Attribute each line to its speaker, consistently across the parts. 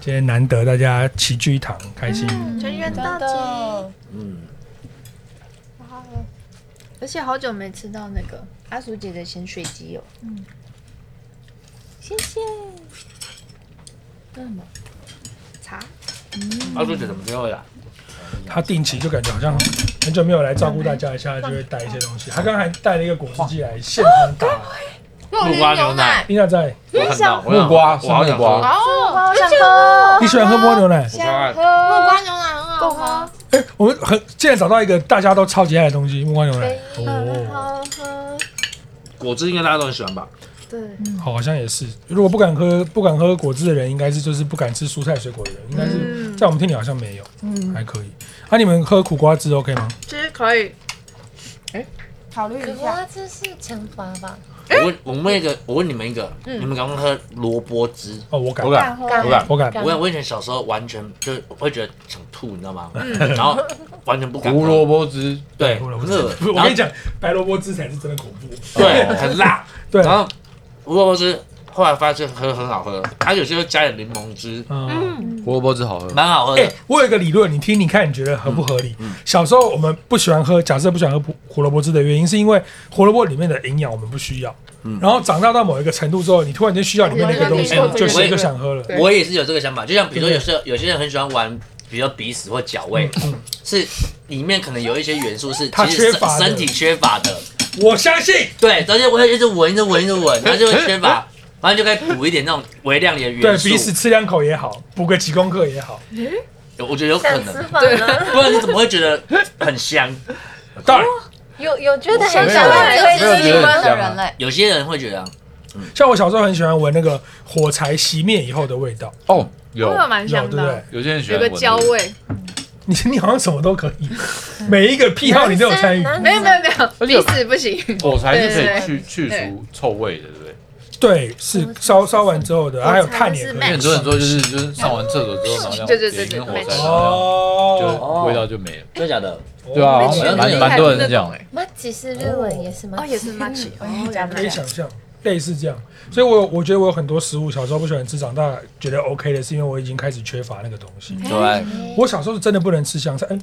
Speaker 1: 今天难得大家齐聚一堂，开心。
Speaker 2: 全员到
Speaker 3: 真
Speaker 2: 齐。
Speaker 3: 的，
Speaker 4: 嗯，
Speaker 3: 哇
Speaker 2: 而且好久没吃到那个阿薯姐的咸水鸡哦。嗯，谢谢。那什么？茶？
Speaker 4: 阿朱姐怎么最后的？
Speaker 1: 他定期就感觉好像很久没有来照顾大家一下，就会带一些东西。他刚才还带了一个果汁机来现场打，
Speaker 4: 木瓜牛奶，
Speaker 1: 应该在。
Speaker 4: 我看到
Speaker 5: 木瓜是
Speaker 4: 我好
Speaker 5: 木
Speaker 4: 想
Speaker 5: 瓜，
Speaker 4: 喝，
Speaker 3: 哦，
Speaker 2: 好想喝，
Speaker 1: 你喜欢喝波牛奶？
Speaker 2: 想喝
Speaker 3: 木瓜牛奶很好
Speaker 2: 够
Speaker 3: 喝
Speaker 2: 喝，，
Speaker 1: 哎，我们很竟然找到一个大家都超级爱的东西——木瓜牛奶。
Speaker 2: 很
Speaker 1: 哦，
Speaker 2: 好喝。
Speaker 4: 果汁应该大家都很喜欢吧？
Speaker 2: 对，
Speaker 1: 好好像也是。如果不敢喝不敢喝果汁的人，应该是就是不敢吃蔬菜水果的人，应该是
Speaker 2: 嗯
Speaker 1: 在我们店里好像没有，还可以。啊，你们喝苦瓜汁 OK 吗？
Speaker 2: 其实可以。
Speaker 3: 考虑
Speaker 6: 可
Speaker 3: 一下。
Speaker 6: 瓜这是惩罚吧？
Speaker 4: 我问，我问一个，我问你们一个，你们敢不敢喝萝卜汁？
Speaker 1: 哦，我敢
Speaker 5: 我，敢，
Speaker 6: 敢
Speaker 5: 我敢，
Speaker 1: 我敢。
Speaker 6: 敢
Speaker 4: 我我以前小时候完全就是会觉得想吐，你知道吗？然后完全不敢喝。
Speaker 5: 胡萝卜汁，
Speaker 4: 对，
Speaker 1: 胡
Speaker 4: 很
Speaker 1: 萝卜
Speaker 4: 热
Speaker 1: 不是， 我
Speaker 4: 然后
Speaker 1: 跟你讲，白萝卜汁才是真的恐怖。
Speaker 4: 对，很辣。
Speaker 1: 对，
Speaker 4: 然后胡萝卜汁后来发现喝很好喝，它有些会加点柠檬汁，
Speaker 1: 嗯。
Speaker 5: 胡萝卜汁好喝，
Speaker 4: 蛮好喝
Speaker 1: 哎、
Speaker 4: 的。
Speaker 1: 我有一个理论，你听，你看，你觉得合不合
Speaker 5: 嗯
Speaker 1: 理？小时候我们不喜欢喝，假设不喜欢喝胡胡萝卜汁的原因，是因为胡萝卜里面的营养我们不需要。
Speaker 5: 嗯
Speaker 1: 然后长大到某一个程度之后，你突然间需要里面那个东西，
Speaker 4: 我
Speaker 1: 你
Speaker 4: 觉得
Speaker 1: 就谁
Speaker 4: 这
Speaker 1: 就
Speaker 4: 个
Speaker 1: 想喝了。
Speaker 4: 我也是有这个想法，就像比如说有时候有些人很喜欢玩，比如说鼻屎或脚味，是里面可能有一些元素是
Speaker 1: 嗯它
Speaker 4: 其实
Speaker 1: 缺乏
Speaker 4: 身
Speaker 1: 的
Speaker 4: 身体缺乏的。
Speaker 1: 我相信
Speaker 4: 对，而且我会一直闻，一直闻，一 直闻，然后就会缺乏，然后就可以补一点那种微量的元
Speaker 1: 对
Speaker 4: 素。
Speaker 1: 彼此吃两口也好，补个几公克也好。
Speaker 4: 我觉得有可
Speaker 6: 想
Speaker 4: 能
Speaker 6: 吃，法了，
Speaker 4: 不然你怎么会觉得很香？
Speaker 1: 当然，
Speaker 6: 有有觉得
Speaker 5: 没
Speaker 6: 很
Speaker 5: 有
Speaker 6: 想
Speaker 5: 啊
Speaker 6: 买
Speaker 5: 没有
Speaker 6: 会
Speaker 5: 觉
Speaker 6: 吃
Speaker 5: 得
Speaker 6: 吗？
Speaker 5: 很香啊，
Speaker 3: 类，
Speaker 4: 有些人会觉得啊，
Speaker 1: 像我小时候很喜欢闻那个火柴熄灭以后的味道，
Speaker 5: 哦，有
Speaker 2: 味道蛮
Speaker 1: 有
Speaker 2: 香
Speaker 1: 对不对
Speaker 2: 的，？
Speaker 5: 有些人喜
Speaker 2: 有
Speaker 5: 欢
Speaker 2: 个
Speaker 5: 闻
Speaker 2: 焦味。
Speaker 1: 你你好像什么都可以， 每一个癖好你都有参与。
Speaker 6: 男生
Speaker 2: 没有没有没有，
Speaker 5: 而且有
Speaker 2: 鼻屎不行。
Speaker 5: 火柴是可以
Speaker 2: 对
Speaker 5: 去去
Speaker 2: 对
Speaker 5: 除臭味的，对不对？
Speaker 1: 对，是烧烧完之后的，还有
Speaker 2: 火柴
Speaker 1: 碳也
Speaker 2: 是
Speaker 1: 可
Speaker 5: 因为
Speaker 1: 以
Speaker 5: 很。多人说就是就是上完厕所之后，然后这样
Speaker 2: 对对对
Speaker 5: 点一根火
Speaker 2: 对
Speaker 5: 柴，然后
Speaker 1: 哦
Speaker 5: 这样就味道就没了。
Speaker 4: 真的假的？
Speaker 5: 对啊
Speaker 2: 觉得，
Speaker 5: 蛮
Speaker 2: 厉害
Speaker 5: 蛮多人是这样的。
Speaker 6: 马吉是日文，也是马
Speaker 2: 哦，也是 match，哦，原
Speaker 1: 可以
Speaker 2: 来
Speaker 1: 想象，类似这样。所以我有，我觉得我有很多食物，小时候不喜欢吃，长大觉得 OK 的，是因为我已经开始缺乏那个东西。
Speaker 4: 对，
Speaker 1: 我小时候是真的不能吃香菜，哎、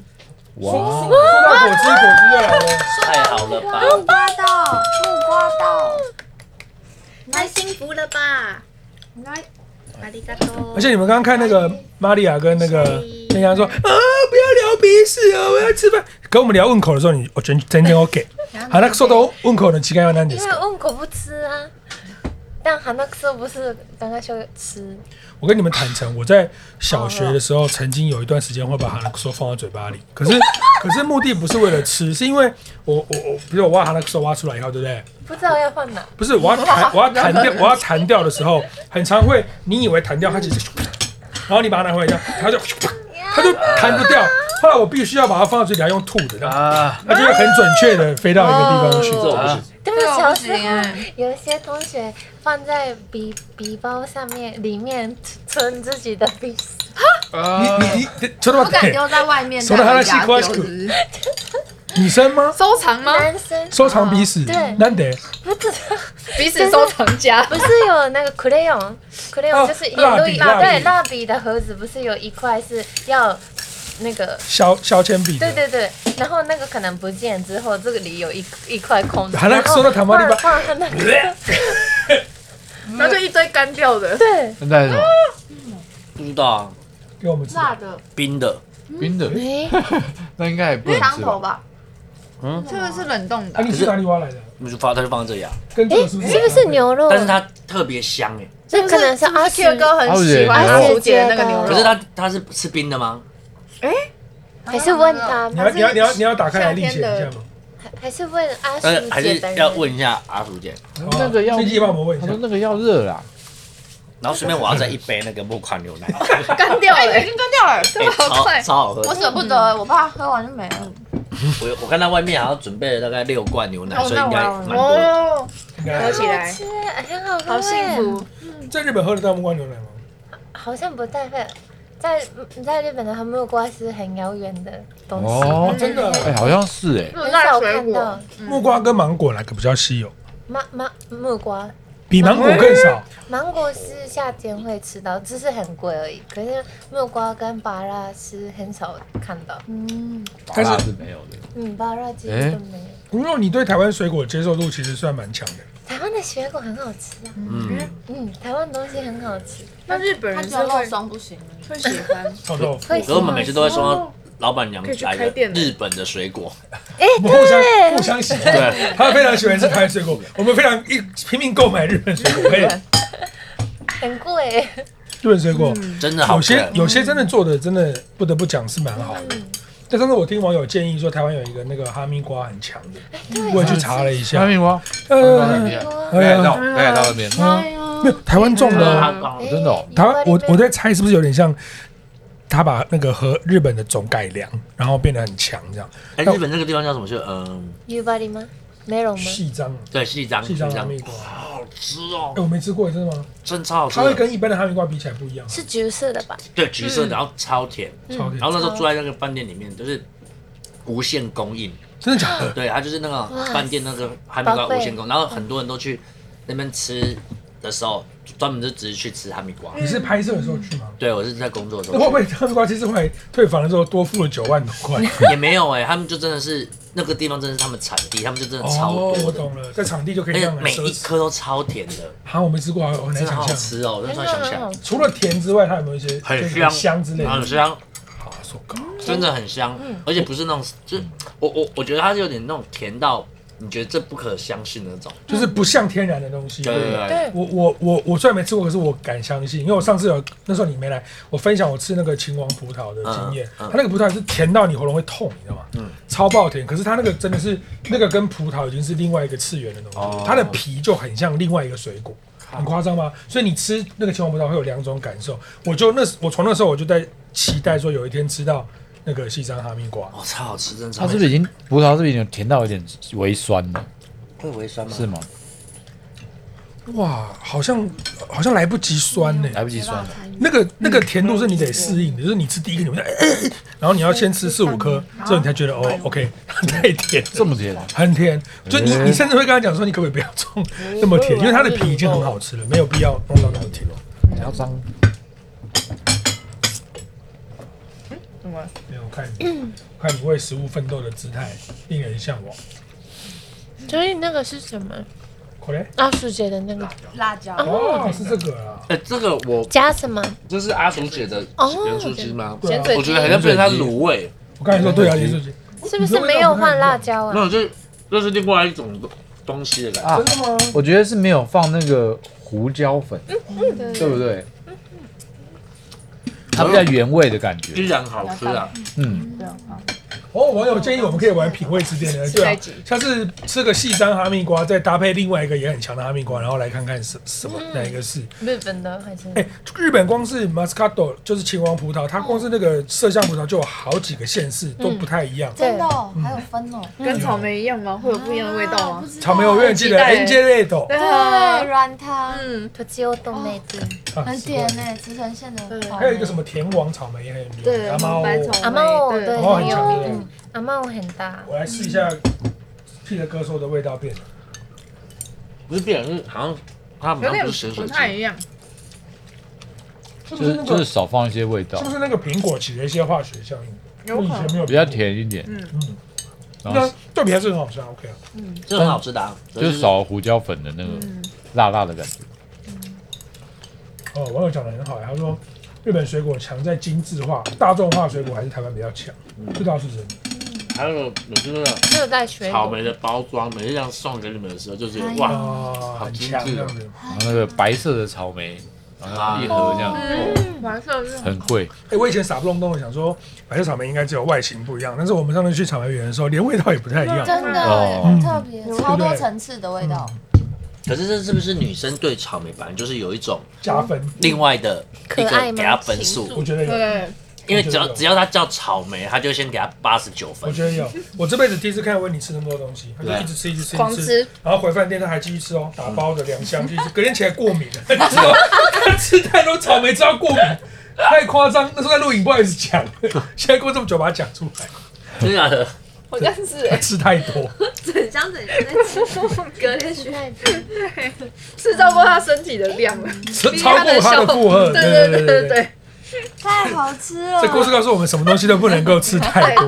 Speaker 5: 哇，
Speaker 1: 说到果汁，果汁就来了。
Speaker 4: 太好了吧？
Speaker 3: 木瓜到，木瓜到，
Speaker 2: 太幸福了吧！来，阿里嘎多
Speaker 1: 而且你们刚刚看那个玛利亚跟那个天阳说啊，不要聊鼻屎哦，我要吃饭。跟我们聊问口的时候，你我哦全全然 OK。好，那说到问口的期待なんで
Speaker 6: 因
Speaker 1: す
Speaker 6: 为
Speaker 1: か？
Speaker 6: 问口不吃啊。但哈那克斯不是刚刚说吃，
Speaker 1: 我跟你们坦诚，我在小学的时候，曾经有一段时间会把哈拉克索放到嘴巴里，可是可是目的不是为了吃，是因为我我我，比如我挖哈拉克索挖出来以后，对不对？
Speaker 6: 不知道要放哪。
Speaker 1: 不是我要弹，我要弹掉，我要弹掉的时候，很常会，你以为弹掉，它其实，然后你把它拿回来，这样它就，它就弹不掉。后来我必须要把它放到嘴里，要用吐的，这样
Speaker 5: 啊，
Speaker 1: 它就会很准确的飞到一个地方去。
Speaker 4: 这我不行。
Speaker 6: 对我小时
Speaker 2: 对啊不
Speaker 6: 候有一些同学放在笔笔包上面，里面存自己的笔屎，
Speaker 1: 你你你，说到
Speaker 2: 不敢丢在外面，
Speaker 1: 手都还在吸
Speaker 2: 在
Speaker 1: 瓜
Speaker 2: 回
Speaker 1: 子
Speaker 2: 家丢是
Speaker 1: 女生吗？
Speaker 2: 收藏吗？
Speaker 6: 男生
Speaker 1: 收藏鼻屎
Speaker 6: 对，
Speaker 1: 难得
Speaker 6: 不知道。
Speaker 2: 彼此收藏家。
Speaker 6: 不是有那个 crayon，crayon
Speaker 1: 哦
Speaker 6: 就是
Speaker 1: 蜡笔
Speaker 6: 一
Speaker 1: 蜡笔
Speaker 6: 啊对蜡笔的盒子，不是有一块是要那个，
Speaker 1: 削削铅笔的。
Speaker 6: 对对对，然后那个可能不见之后，这个里有一一块空的，
Speaker 1: 还能
Speaker 6: 然后
Speaker 1: 说到台湾地方
Speaker 6: 放放那个，
Speaker 2: 然后就一堆干掉的，
Speaker 6: 对，
Speaker 5: 现在是什么？
Speaker 4: 不知道啊，
Speaker 1: 给我们吃。
Speaker 2: 辣的
Speaker 4: 冰的，
Speaker 5: 冰的，
Speaker 6: 没
Speaker 5: 那应该也不能
Speaker 2: 嗯汤
Speaker 5: 吃
Speaker 2: 头
Speaker 5: 吧？
Speaker 2: 吧？
Speaker 4: 嗯，
Speaker 2: 这个是冷冻
Speaker 1: 啊，
Speaker 2: 的，
Speaker 1: 你是哪里挖来的？
Speaker 4: 你就放它就放这里啊，
Speaker 1: 跟这
Speaker 6: 诶，
Speaker 1: 个是不
Speaker 6: 是不是？牛肉？
Speaker 4: 但是它特别香哎。
Speaker 6: 这可能是
Speaker 2: 是
Speaker 6: 阿
Speaker 2: 阿
Speaker 6: 叔
Speaker 2: 雪哥很喜欢阿薯姐的那个牛
Speaker 6: 哦
Speaker 4: 可
Speaker 2: 肉
Speaker 4: 是，它它是是冰的吗？
Speaker 6: 还是问他
Speaker 1: 你要
Speaker 6: 吗？
Speaker 1: 你要你要你要打开来历险一下吗？
Speaker 6: 还是问阿叔
Speaker 4: 但是还
Speaker 6: 姐
Speaker 4: 是
Speaker 6: 本人？
Speaker 4: 要问一下阿薯姐，
Speaker 1: 好
Speaker 5: 那个要
Speaker 1: 飞机帮我们问一
Speaker 5: 他
Speaker 1: 下
Speaker 5: 说。那个要热啦，
Speaker 4: 然后顺便我要再一杯那个木款牛奶，
Speaker 2: 干掉了
Speaker 3: 已，经干掉了，
Speaker 4: 哎超超好喝
Speaker 3: 我。舍不得，
Speaker 2: 嗯
Speaker 3: 我怕喝完就没了。
Speaker 4: 我我看他外面好像准备了大概六罐牛奶，
Speaker 3: 哦
Speaker 4: 所以应该
Speaker 3: 那我要
Speaker 4: 蛮多。
Speaker 2: 哦，
Speaker 1: 应该
Speaker 2: 合起来，
Speaker 6: 是很好喝，
Speaker 2: 好幸，福。
Speaker 1: 在日本喝得到木瓜牛奶吗？
Speaker 6: 好像不太会。在在日本的和木瓜是很遥远的东西，
Speaker 5: 哦，
Speaker 1: 真的。
Speaker 5: 哎，好像是哎，
Speaker 2: 热
Speaker 6: 很
Speaker 2: 带
Speaker 6: 少
Speaker 2: 水
Speaker 6: 看
Speaker 2: 果
Speaker 6: 到，
Speaker 1: 木瓜跟芒果哪个比较稀有？
Speaker 6: 木木木瓜，
Speaker 1: 比芒果更少。
Speaker 6: 芒果是夏天会吃到，只是很贵而已。可是木瓜跟芭乐是很少看到，
Speaker 2: 嗯，
Speaker 1: 但是
Speaker 5: 麻辣是没有的。
Speaker 6: 嗯，芭乐几乎
Speaker 5: 诶
Speaker 6: 都没有。
Speaker 1: 不过你对台湾水果接受度其实算蛮强的。
Speaker 6: 台湾的水果很好吃啊，
Speaker 4: 嗯，
Speaker 6: 嗯，台湾东西很好吃。
Speaker 2: 那日本
Speaker 3: 他
Speaker 2: 人是
Speaker 3: 只有肉
Speaker 2: 会
Speaker 3: 松不行，
Speaker 2: 会喜欢，
Speaker 1: 臭豆腐，
Speaker 6: 会
Speaker 4: 可是我们每次都会
Speaker 6: 说
Speaker 4: 说老板娘
Speaker 2: 可以去
Speaker 4: 来
Speaker 2: 开
Speaker 4: 的
Speaker 2: 店了
Speaker 4: 日本的水果，
Speaker 1: 我们互相互相喜欢。
Speaker 4: 对，
Speaker 1: 他非常喜欢吃台湾水果，我们非常一拼命购买日本水果。嘿
Speaker 6: 很贵，
Speaker 1: 日本水果，
Speaker 4: 真的好
Speaker 1: 有些
Speaker 4: 看。
Speaker 1: 有些真的做的真的不得不讲是蛮好的。但上次我听网友建议说，台湾有一个那个哈密瓜很强的，我也去查了一
Speaker 5: 虾
Speaker 1: 下。
Speaker 5: 米瓜，
Speaker 1: 呃，
Speaker 6: 哦
Speaker 5: 大概到
Speaker 1: 呃
Speaker 5: 大概到那边，
Speaker 2: 嗯
Speaker 1: 没有台湾种的哦，
Speaker 6: 诶
Speaker 5: 真的哦
Speaker 1: 台湾我我
Speaker 6: 对
Speaker 1: 在猜是不是有点像他把那个和日本的种改良，然后变得很强这样。
Speaker 4: 哎，日本那个地方叫什么？就嗯，
Speaker 6: u b a 吗？梅容吗？
Speaker 1: 细章，
Speaker 4: 对，细张，
Speaker 1: 细章哈密瓜，
Speaker 4: 好吃哦
Speaker 1: 哎，，我没吃过，真的吗？
Speaker 4: 真超好吃
Speaker 1: 它会
Speaker 4: 的。
Speaker 1: 跟一般的哈密瓜比起来不一样啊，
Speaker 6: 是橘色的吧？
Speaker 4: 对，橘色的，然后超甜。
Speaker 1: 超甜
Speaker 5: 嗯
Speaker 4: 然，后那时候住在那个饭店里面，就是无限供应，
Speaker 1: 真的假的？
Speaker 4: 对，它就是那个饭店那个哈密瓜无限供应，然后很多人都去那边吃的时候，专门就只是去吃哈密瓜。
Speaker 1: 你是拍摄的时候去吗？
Speaker 4: 对我是在工作的时
Speaker 1: 那会
Speaker 4: 候
Speaker 1: 不会哈密瓜其实后来退房的时候多付了九万多块？
Speaker 4: 去，也没有哎，他们就真的是那个地方真的是他们产地，他们就真的 超
Speaker 1: 哦，我
Speaker 4: 多的，
Speaker 1: 懂了，在场地就可
Speaker 4: 而
Speaker 1: 以
Speaker 4: 且
Speaker 1: 让人
Speaker 4: 每
Speaker 1: 奢
Speaker 4: 一
Speaker 1: 侈。
Speaker 4: 颗都超甜的，
Speaker 1: 好，我没吃过，啊我很
Speaker 4: 真
Speaker 1: 难想
Speaker 4: 的好好
Speaker 1: 象。
Speaker 4: 吃哦！我就突然想起
Speaker 6: 很好
Speaker 4: 来，
Speaker 1: 除了甜之外，它有没有一些
Speaker 4: 很
Speaker 1: 就是
Speaker 4: 香
Speaker 1: 香之类
Speaker 4: 很
Speaker 1: 的？
Speaker 4: 香，
Speaker 1: 啊，说高。
Speaker 4: 真的很香，而且不是那种，就是我我我觉得它是有点那种甜到你觉得这不可相信的那种。
Speaker 1: 就是不像天然的东西。
Speaker 4: 对对对对，
Speaker 6: 对，
Speaker 1: 我我我我虽然没吃过，可是我敢相信，因为我上次有那时候你没来，我分享我吃那个秦王葡萄的经验，
Speaker 4: 嗯嗯
Speaker 1: 它那个葡萄是甜到你喉咙会痛，你知道吗？嗯，超爆甜。可是它那个真的是那个跟葡萄已经是另外一个次元的东西，
Speaker 5: 哦
Speaker 1: 它的皮就很像另外一个水果，很夸张吗？所以你吃那个秦王葡萄会有两种感受。我就那时我从那时候我就在期待说有一天吃到那个西山哈密瓜，
Speaker 4: 哦，超好吃，真的超
Speaker 5: 它
Speaker 4: 好吃。
Speaker 5: 是不是已经葡萄是不是已经甜到有点微酸了？
Speaker 4: 会微酸吗？
Speaker 5: 是吗？
Speaker 1: 哇，好像好像来不及酸呢、
Speaker 5: 来不及酸了。
Speaker 1: 那个那个甜度是你得适应的，就是你吃第一个你会， 然后你要先吃四五颗，之后你才觉得哦，OK，太 甜了，
Speaker 5: 这么甜，啊
Speaker 1: 很甜。就你
Speaker 5: 嗯
Speaker 1: 你甚至会跟他讲说，你可不可以不要种那么甜，因为它的皮已经很好吃了，没有必要弄到那么甜。
Speaker 5: 你要脏，
Speaker 1: 没有嗯我看你，看你为食物奋斗的姿态令人向往。
Speaker 6: 所以那个是什么？
Speaker 1: 快嘞，
Speaker 6: 阿叔姐的那个
Speaker 1: 嗯
Speaker 3: 辣椒。
Speaker 1: 哦，是这个啊，
Speaker 4: 哎、这个我
Speaker 6: 加什么？
Speaker 4: 这是阿竹姐的
Speaker 6: 哦
Speaker 4: 盐酥鸡吗？
Speaker 1: 对
Speaker 6: 咸
Speaker 1: 啊
Speaker 6: 水
Speaker 4: 我
Speaker 6: 鸡
Speaker 4: 觉得好像变成
Speaker 5: 嗯
Speaker 4: 它卤味，
Speaker 1: 我刚才说对啊，严书记，
Speaker 6: 是不是没有换辣椒
Speaker 4: 没
Speaker 1: 嗯
Speaker 6: 啊？
Speaker 4: 有，这这是另外一种东西的感觉。
Speaker 5: 啊
Speaker 1: 真的吗？
Speaker 5: 我觉得是没有放那个胡椒粉，对不对？它比较原味的感
Speaker 4: 依
Speaker 5: 觉，
Speaker 4: 然好吃啊！
Speaker 5: 嗯，
Speaker 2: 啊
Speaker 1: 哦，网友建议我们可以玩品味之巅的，对
Speaker 2: 下
Speaker 1: 啊
Speaker 2: 一集，
Speaker 1: 下次吃个细章哈密瓜，再搭配另外一个也很强的哈密瓜，然后来看看是什么哪一个是。
Speaker 6: 日本的还是？
Speaker 1: 哎、日本光是 Moscato 就是秦王葡萄，它光是那个麝香葡萄就有好几个县市
Speaker 2: 嗯
Speaker 1: 都不太一样。
Speaker 3: 真的哦，还有分哦，
Speaker 2: 跟草莓一样吗？会有不一样的味道
Speaker 3: 啊
Speaker 2: 吗？？
Speaker 1: 草莓我永远记得
Speaker 2: 很期
Speaker 1: a
Speaker 2: 待
Speaker 1: n g e l e t o
Speaker 2: 嗯对啊
Speaker 3: 对，，软糖，
Speaker 2: 嗯，
Speaker 6: 土鸡欧豆妹子，
Speaker 3: 很甜呢，茨城县的草莓。
Speaker 1: 啊还有一个什么甜王草莓也很有名
Speaker 2: 对，
Speaker 1: 阿猫
Speaker 2: 白
Speaker 1: 哦，
Speaker 2: 草
Speaker 6: 阿茂
Speaker 2: 莓，嗯
Speaker 6: 对
Speaker 1: 哦很
Speaker 6: 很有
Speaker 1: 强烈
Speaker 6: 名，阿茂很大，
Speaker 1: 我来试一下 P 的歌说的味道变了。
Speaker 4: 不是变成是好像它好
Speaker 2: 有
Speaker 4: 像
Speaker 2: 点
Speaker 4: 不是咸水
Speaker 2: 不
Speaker 4: 鸡，
Speaker 2: 太一样，
Speaker 1: 是不
Speaker 5: 就是是
Speaker 1: 那
Speaker 5: 就
Speaker 1: 个
Speaker 5: 是少放一些味道
Speaker 1: 是不，是那个苹果起了一些化学效应？
Speaker 2: 有
Speaker 1: 我以
Speaker 2: 可
Speaker 1: 前
Speaker 2: 能
Speaker 1: 没有
Speaker 5: 比较，甜一点，
Speaker 2: 嗯
Speaker 1: 嗯，
Speaker 5: 然
Speaker 1: 那
Speaker 5: 后
Speaker 1: 对比还是很好吃啊，OK 啊。
Speaker 4: 这很好吃的啊，
Speaker 5: 就是少了胡椒粉的那个辣辣的感觉。
Speaker 1: 哦，网友讲的很好，他说日本水果强在精致化、大众化水果还是台湾比较强，这倒是真的。
Speaker 4: 还有每次那个
Speaker 6: 热带水
Speaker 4: 草
Speaker 6: 果，
Speaker 4: 莓的包装，每次这样送给你们的时候，就是
Speaker 3: 哎呀
Speaker 4: 哇，
Speaker 1: 啊，很强这样子。
Speaker 5: 然后那个白色的草莓，然
Speaker 4: 啊
Speaker 5: 后一盒这样，
Speaker 4: 哦
Speaker 2: 嗯，白色是
Speaker 5: 很贵。
Speaker 1: 哎、我以前傻不隆咚的想说，白色草莓应该只有外形不一样，但是我们上次去草莓园的时候，连味道也不太一样。
Speaker 3: 真的
Speaker 5: 哦
Speaker 3: 很特别，
Speaker 2: 嗯
Speaker 3: 超多层次的味道。
Speaker 1: 嗯
Speaker 4: 可是这是不是女生对草莓本来就是有一种
Speaker 1: 加分，
Speaker 4: 另外的一
Speaker 6: 可爱
Speaker 4: 个
Speaker 6: 吗
Speaker 4: 给它分
Speaker 6: 情
Speaker 4: 数？
Speaker 1: 我觉得有，
Speaker 2: 对，
Speaker 4: 因为只要
Speaker 1: 我觉得有
Speaker 4: 只要它叫草莓，它就先给它八十九
Speaker 1: 我
Speaker 4: 分。
Speaker 1: 觉得有。我这辈子第一次看温妮吃那么多东西，他就
Speaker 4: 对
Speaker 1: 一直吃，一直吃，
Speaker 2: 狂
Speaker 1: 一直吃。
Speaker 2: 吃，
Speaker 1: 然后回饭店，他还继续吃哦，打包的两箱，继续吃。隔天起来过敏了，你知道吗他吃太多草莓，吃到过敏，太夸张。那时候在录影，不好意思讲，现在过这么久把它讲出来。
Speaker 4: 真的假的？
Speaker 2: 好像是 哎、
Speaker 1: 吃太多，
Speaker 2: 整箱整箱在吃，隔天
Speaker 6: 现
Speaker 2: 去
Speaker 6: 在
Speaker 2: 吃超过他身体的量了，
Speaker 1: 吃
Speaker 2: 逼
Speaker 1: 超
Speaker 2: 他
Speaker 1: 过
Speaker 2: 的
Speaker 1: 他的
Speaker 2: 消
Speaker 1: 负荷。
Speaker 2: 对
Speaker 1: 对
Speaker 2: 对
Speaker 1: 对
Speaker 2: 对对，
Speaker 3: 太好吃了。
Speaker 1: 这故事告诉我们，什么东西都不能够吃太多。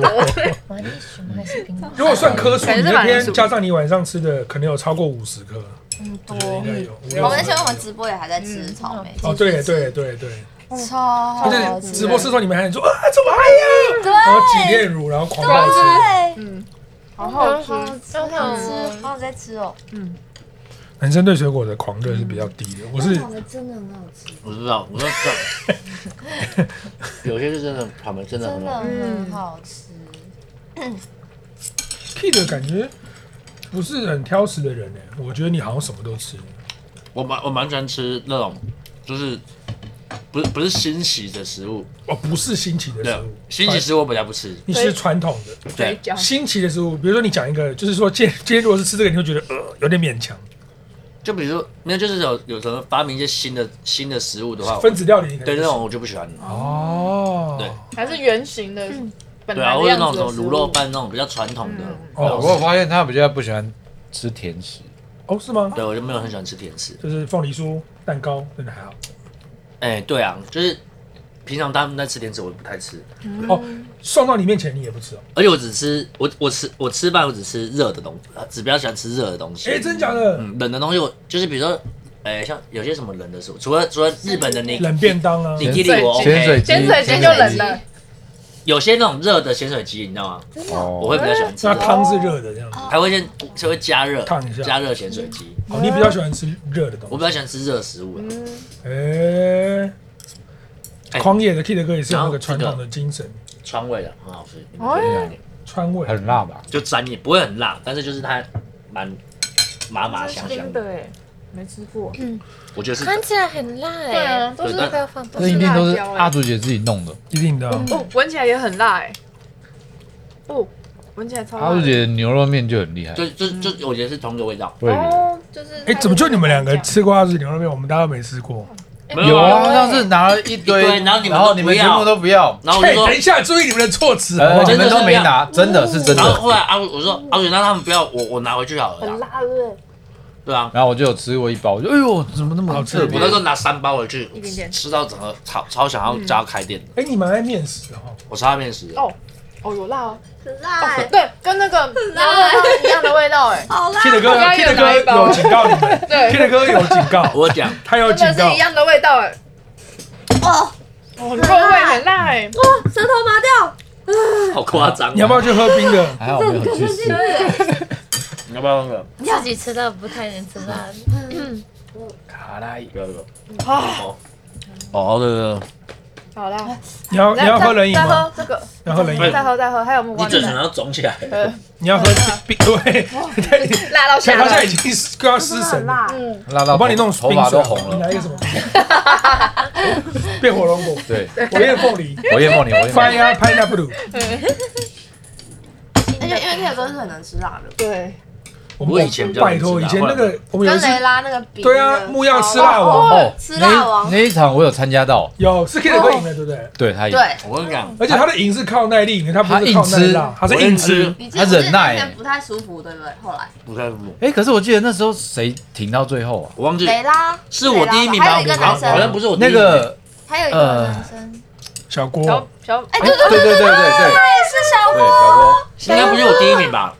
Speaker 6: 马铃薯吗还是苹果？
Speaker 1: 如果算颗数，
Speaker 2: 感
Speaker 1: 你
Speaker 2: 觉是
Speaker 1: 那
Speaker 2: 马铃
Speaker 1: 天
Speaker 2: 薯
Speaker 1: 加上你晚上吃的，可能有超过五十颗，
Speaker 3: 很嗯多。
Speaker 1: 应
Speaker 3: 嗯
Speaker 1: 该
Speaker 2: 哦
Speaker 1: 有。
Speaker 3: 我们那天
Speaker 1: 五六
Speaker 3: 我
Speaker 1: 十
Speaker 3: 们直播也还在吃草莓，
Speaker 1: 哦，对对对对，
Speaker 3: 超
Speaker 1: 而
Speaker 3: 好
Speaker 1: 且
Speaker 3: 吃。
Speaker 1: 直播室中你们还能说啊，怎么还有？然后挤炼乳，然后狂暴吃。
Speaker 3: 对，
Speaker 2: 嗯，好好吃，
Speaker 6: 好
Speaker 3: 好
Speaker 6: 好
Speaker 3: 吃，
Speaker 6: 吃，
Speaker 3: 好在吃哦。
Speaker 1: 男生对水果的狂热是比较低的，我是
Speaker 3: 草莓真的很好吃，哦
Speaker 4: 我知道，我知道， 有些是真的，草莓真的
Speaker 3: 真
Speaker 4: 很
Speaker 3: 的
Speaker 4: 好。
Speaker 3: 很好吃。
Speaker 1: Kid 感觉不是很挑食的人呢。欸我觉得你好像什么都吃。
Speaker 4: 我蛮我蛮喜欢吃那种，就是不是不是新奇的食物，
Speaker 1: 哦，不是新奇的
Speaker 4: 对啊
Speaker 1: 食物，，
Speaker 4: 新奇食物我比较不吃。
Speaker 1: 你是传统的
Speaker 2: 嘴
Speaker 4: 对，
Speaker 2: 角
Speaker 1: 新奇的食物，比如说你讲一个，就是说今天今天如果是吃这个，你会觉得呃有点勉强。
Speaker 4: 就比如说，没有就是有有什么发明一些新的新的食物的话，
Speaker 1: 分子料理你可能
Speaker 4: 对
Speaker 1: 不
Speaker 4: 那
Speaker 1: 行
Speaker 4: 种我就不喜欢。
Speaker 1: 哦，
Speaker 4: 对
Speaker 2: 还是圆形的，本
Speaker 4: 对啊，
Speaker 2: 来
Speaker 4: 或
Speaker 2: 的
Speaker 4: 者那
Speaker 2: 样
Speaker 4: 种
Speaker 2: 子
Speaker 4: 什
Speaker 2: 的
Speaker 4: 么
Speaker 2: 食
Speaker 4: 卤
Speaker 2: 物
Speaker 4: 肉饭那种比较传统的，
Speaker 1: 嗯
Speaker 5: 哦，我有发现他比较不喜欢吃甜食，
Speaker 1: 哦是吗？
Speaker 4: 对我就没有很喜欢吃甜食。
Speaker 1: 就是凤梨酥蛋糕真的还好。
Speaker 4: 哎，对啊，就是平常他们在吃甜食，我不太吃，
Speaker 2: 嗯
Speaker 1: 哦，送到你面前你也不吃哦？
Speaker 4: 而且我只吃我我吃我吃饭我只吃热的东西，只比较喜欢吃热的东西。
Speaker 1: 哎，真假的？
Speaker 4: 嗯，冷的东西我就是比如说，哎，像有些什么冷的食物，除了除了日本的你
Speaker 1: 冷便当啊，
Speaker 4: 你给里我
Speaker 5: 咸水
Speaker 4: OK，
Speaker 5: 鸡，
Speaker 2: 咸水鸡就冷了，
Speaker 4: 有些那种热的咸水鸡，你知道吗？
Speaker 5: 咸水鸡。哦，
Speaker 4: 我会比较喜欢吃
Speaker 1: 那
Speaker 4: 热的，
Speaker 1: 汤是热的这
Speaker 2: 哦
Speaker 1: 样子。
Speaker 4: 还会先就会加热
Speaker 1: 烫一下
Speaker 4: 加热咸水鸡。
Speaker 1: 哦，你比较喜欢吃热的
Speaker 4: 我
Speaker 1: 东
Speaker 4: 比
Speaker 1: 西。
Speaker 4: 较喜欢吃热食物啊
Speaker 5: 嗯
Speaker 4: 啦，
Speaker 1: 哎，
Speaker 4: 哎
Speaker 1: 狂野的 Kid 哥也是有那个
Speaker 4: 然后这
Speaker 1: 传
Speaker 4: 个
Speaker 1: 统的精神，
Speaker 4: 川味的很好吃，你们觉得呢
Speaker 1: 川味。
Speaker 5: 很辣吧？
Speaker 4: 就沾也不会很辣，但是就是它蛮麻麻香香的，
Speaker 2: 哎，没吃过，
Speaker 4: 我觉得是
Speaker 6: 看起来很辣哎、
Speaker 2: 对啊，都
Speaker 3: 哦
Speaker 4: 对
Speaker 2: 是
Speaker 4: 但
Speaker 6: 不要放多
Speaker 5: 那
Speaker 2: 是
Speaker 5: 一定都
Speaker 2: 辣
Speaker 5: 是
Speaker 2: 椒欸
Speaker 5: 阿竹姐自己弄的。
Speaker 1: 一定的啊，
Speaker 2: 哦，闻起来也很辣哎，哦，闻起来超
Speaker 5: 阿
Speaker 2: 辣
Speaker 5: 竹
Speaker 2: 的。
Speaker 5: 姐的牛肉面就很厉害，
Speaker 4: 就就就我觉得是同一个味道。
Speaker 5: 味觉
Speaker 2: 哦，就是
Speaker 1: 哎，怎么就你们两个吃过阿叔牛肉面，我们大家都没吃过？
Speaker 4: 没
Speaker 5: 有啊，上次拿了一堆
Speaker 4: 一堆，然后你们
Speaker 5: 然后
Speaker 4: 都
Speaker 5: 你
Speaker 4: 不
Speaker 5: 们全
Speaker 4: 要
Speaker 5: 部都不要，
Speaker 4: 然后我就
Speaker 1: 哎，
Speaker 4: 哦说
Speaker 1: 等，一下，注意你们的措辞好不
Speaker 5: 呃，
Speaker 1: 好
Speaker 5: 你
Speaker 4: 真？的
Speaker 5: 们
Speaker 4: 是
Speaker 5: 都没
Speaker 4: 这样
Speaker 5: 拿，真的是真
Speaker 4: 然后
Speaker 5: 的。
Speaker 4: 后来阿我我说阿伟，让他们不要，我我拿回去好了啦。
Speaker 2: 辣的，
Speaker 4: 对啊，
Speaker 5: 然后我就有吃过一包，我就哎呦，怎么那么
Speaker 1: 好吃
Speaker 5: 特
Speaker 4: 我
Speaker 5: 别
Speaker 4: 那？时候拿三包回去
Speaker 2: 一点，点
Speaker 4: 吃到整个超超想要家开店的，
Speaker 1: 哎，你蛮爱面食的哈。
Speaker 4: 我超爱面食的。
Speaker 2: 哦哦有辣哦，
Speaker 3: 很辣欸，
Speaker 2: 对，跟那个
Speaker 3: 辣
Speaker 2: 牛肉汤一样的味道 哎，
Speaker 3: 好辣。
Speaker 1: Kid 哥
Speaker 2: 刚刚有
Speaker 1: ，Kid
Speaker 2: 拿一
Speaker 1: 哥
Speaker 2: 包
Speaker 1: 有警告你 们
Speaker 2: 对
Speaker 1: ，Kid 哥有警告，
Speaker 4: 我讲，
Speaker 1: 他有
Speaker 2: 真
Speaker 1: 警
Speaker 2: 的
Speaker 1: 告
Speaker 2: 是一。样的味道哎，
Speaker 3: 哦，
Speaker 2: 哦，肉味很辣哎，
Speaker 3: 哇，舌头麻掉，
Speaker 4: 好夸张啊。
Speaker 1: 你要不要去喝冰 的？
Speaker 5: 还好没有去吃，
Speaker 4: 你要不要那个？
Speaker 6: 自己吃到不太能吃辣，
Speaker 4: 卡拉伊不要这个。哦哦对对
Speaker 2: 啊好辣。
Speaker 1: 你要你
Speaker 2: 来
Speaker 1: 要喝冷饮
Speaker 2: 再
Speaker 1: 吗？
Speaker 2: 喝这个，
Speaker 1: 你要喝冷饮吗，
Speaker 2: 再喝再喝，还有木
Speaker 4: 对，
Speaker 2: 瓜
Speaker 4: 你整
Speaker 2: 牛
Speaker 4: 个
Speaker 2: 奶，
Speaker 4: 人要肿起来。
Speaker 2: 呃，
Speaker 1: 你要喝冰 对，
Speaker 2: 辣到
Speaker 1: 他
Speaker 2: 吓
Speaker 1: 现
Speaker 2: 到
Speaker 1: 在已。经是快要失神了。
Speaker 2: 嗯，
Speaker 5: 辣到
Speaker 1: 我帮你弄
Speaker 5: 头
Speaker 1: 冰
Speaker 5: 发
Speaker 1: 水
Speaker 5: 都
Speaker 1: 好
Speaker 5: 红
Speaker 1: 了你
Speaker 5: 了。
Speaker 1: 来一个什么？变火龙果，
Speaker 5: 对，
Speaker 1: 我也凤梨
Speaker 5: 我也梦你，我也梦你。
Speaker 1: ，Fire Pineapple。
Speaker 3: 而且因为 K 哥是很能吃辣的，
Speaker 2: 对，
Speaker 4: 我以前比较
Speaker 1: 拜托，以前那个我们有一
Speaker 3: 跟
Speaker 1: 次，
Speaker 3: 雷拉那个比，
Speaker 1: 对啊，木曜吃辣王
Speaker 5: 哦，
Speaker 3: 吃辣
Speaker 5: 那
Speaker 3: 王
Speaker 5: 那一场我有参加到，
Speaker 1: 有是 Kid 哥赢的，对不对？
Speaker 5: 对他也，
Speaker 3: 对，
Speaker 4: 我跟你讲，
Speaker 1: 而且他的赢是靠耐力赢的，他不是靠耐辣，他
Speaker 4: 我
Speaker 1: 是硬
Speaker 4: 硬
Speaker 1: 吃
Speaker 4: 吃。
Speaker 3: 你记得
Speaker 5: 他忍耐
Speaker 3: 我记得那天不太舒服，对不对？后来
Speaker 4: 不太服，
Speaker 5: 哎，可是我记得那时候谁挺到最后啊？
Speaker 4: 我忘记
Speaker 3: 雷拉
Speaker 4: 是我第一名吧？
Speaker 3: 还有一个
Speaker 4: 好
Speaker 3: 男
Speaker 4: 好像
Speaker 3: 生，
Speaker 4: 不是我第一
Speaker 5: 那
Speaker 4: 名
Speaker 5: 个，呃
Speaker 3: 还有一个男生，
Speaker 1: 小
Speaker 2: 小
Speaker 1: 郭，
Speaker 2: 小
Speaker 3: 哎，
Speaker 5: 哎
Speaker 3: 对对
Speaker 5: 对
Speaker 3: 对，
Speaker 5: 对对对对，
Speaker 3: 是小
Speaker 5: 对小
Speaker 4: 应
Speaker 5: 郭，
Speaker 4: 该不是我第一名吧？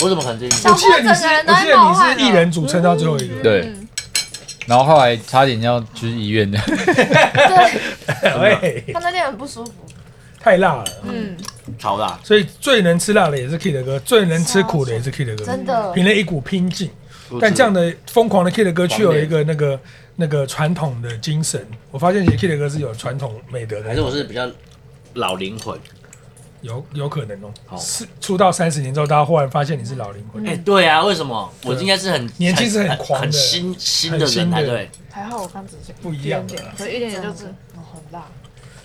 Speaker 4: 我怎么可能第一名？
Speaker 1: 我
Speaker 3: 小
Speaker 1: 记得你是，我记得你
Speaker 2: 啊
Speaker 1: 是一人组撑到最后一个。
Speaker 5: 对。然后后来差点要去医院的，
Speaker 1: 哎，
Speaker 3: 他那天很不舒服，
Speaker 1: 太辣了。
Speaker 2: 嗯，
Speaker 4: 超辣，
Speaker 1: 所以最能吃辣的也是 Kid 哥，最能吃苦的也是 Kid 哥，
Speaker 3: 真的
Speaker 1: 凭了一股拼劲。但这样的疯狂的 Kid 哥却有一个那个那个传统的精神，我发现其实 Kid 哥是有传统美德的，
Speaker 4: 还是我是比较老灵魂。
Speaker 1: 有有可能哦、
Speaker 4: 好
Speaker 1: 是出道三十年之后，大家忽然发现你是老灵魂，
Speaker 4: 哎，对啊，为什么？我应该是很
Speaker 1: 年轻是很
Speaker 4: 很
Speaker 1: 狂的
Speaker 4: 很新新的
Speaker 1: 很新
Speaker 4: 人
Speaker 1: 的
Speaker 4: 才对。
Speaker 2: 还好我刚只是
Speaker 1: 不
Speaker 2: 一
Speaker 1: 一样
Speaker 2: 点
Speaker 1: 的
Speaker 2: 点
Speaker 1: 啦。，
Speaker 2: 可是一点点就是哦很辣。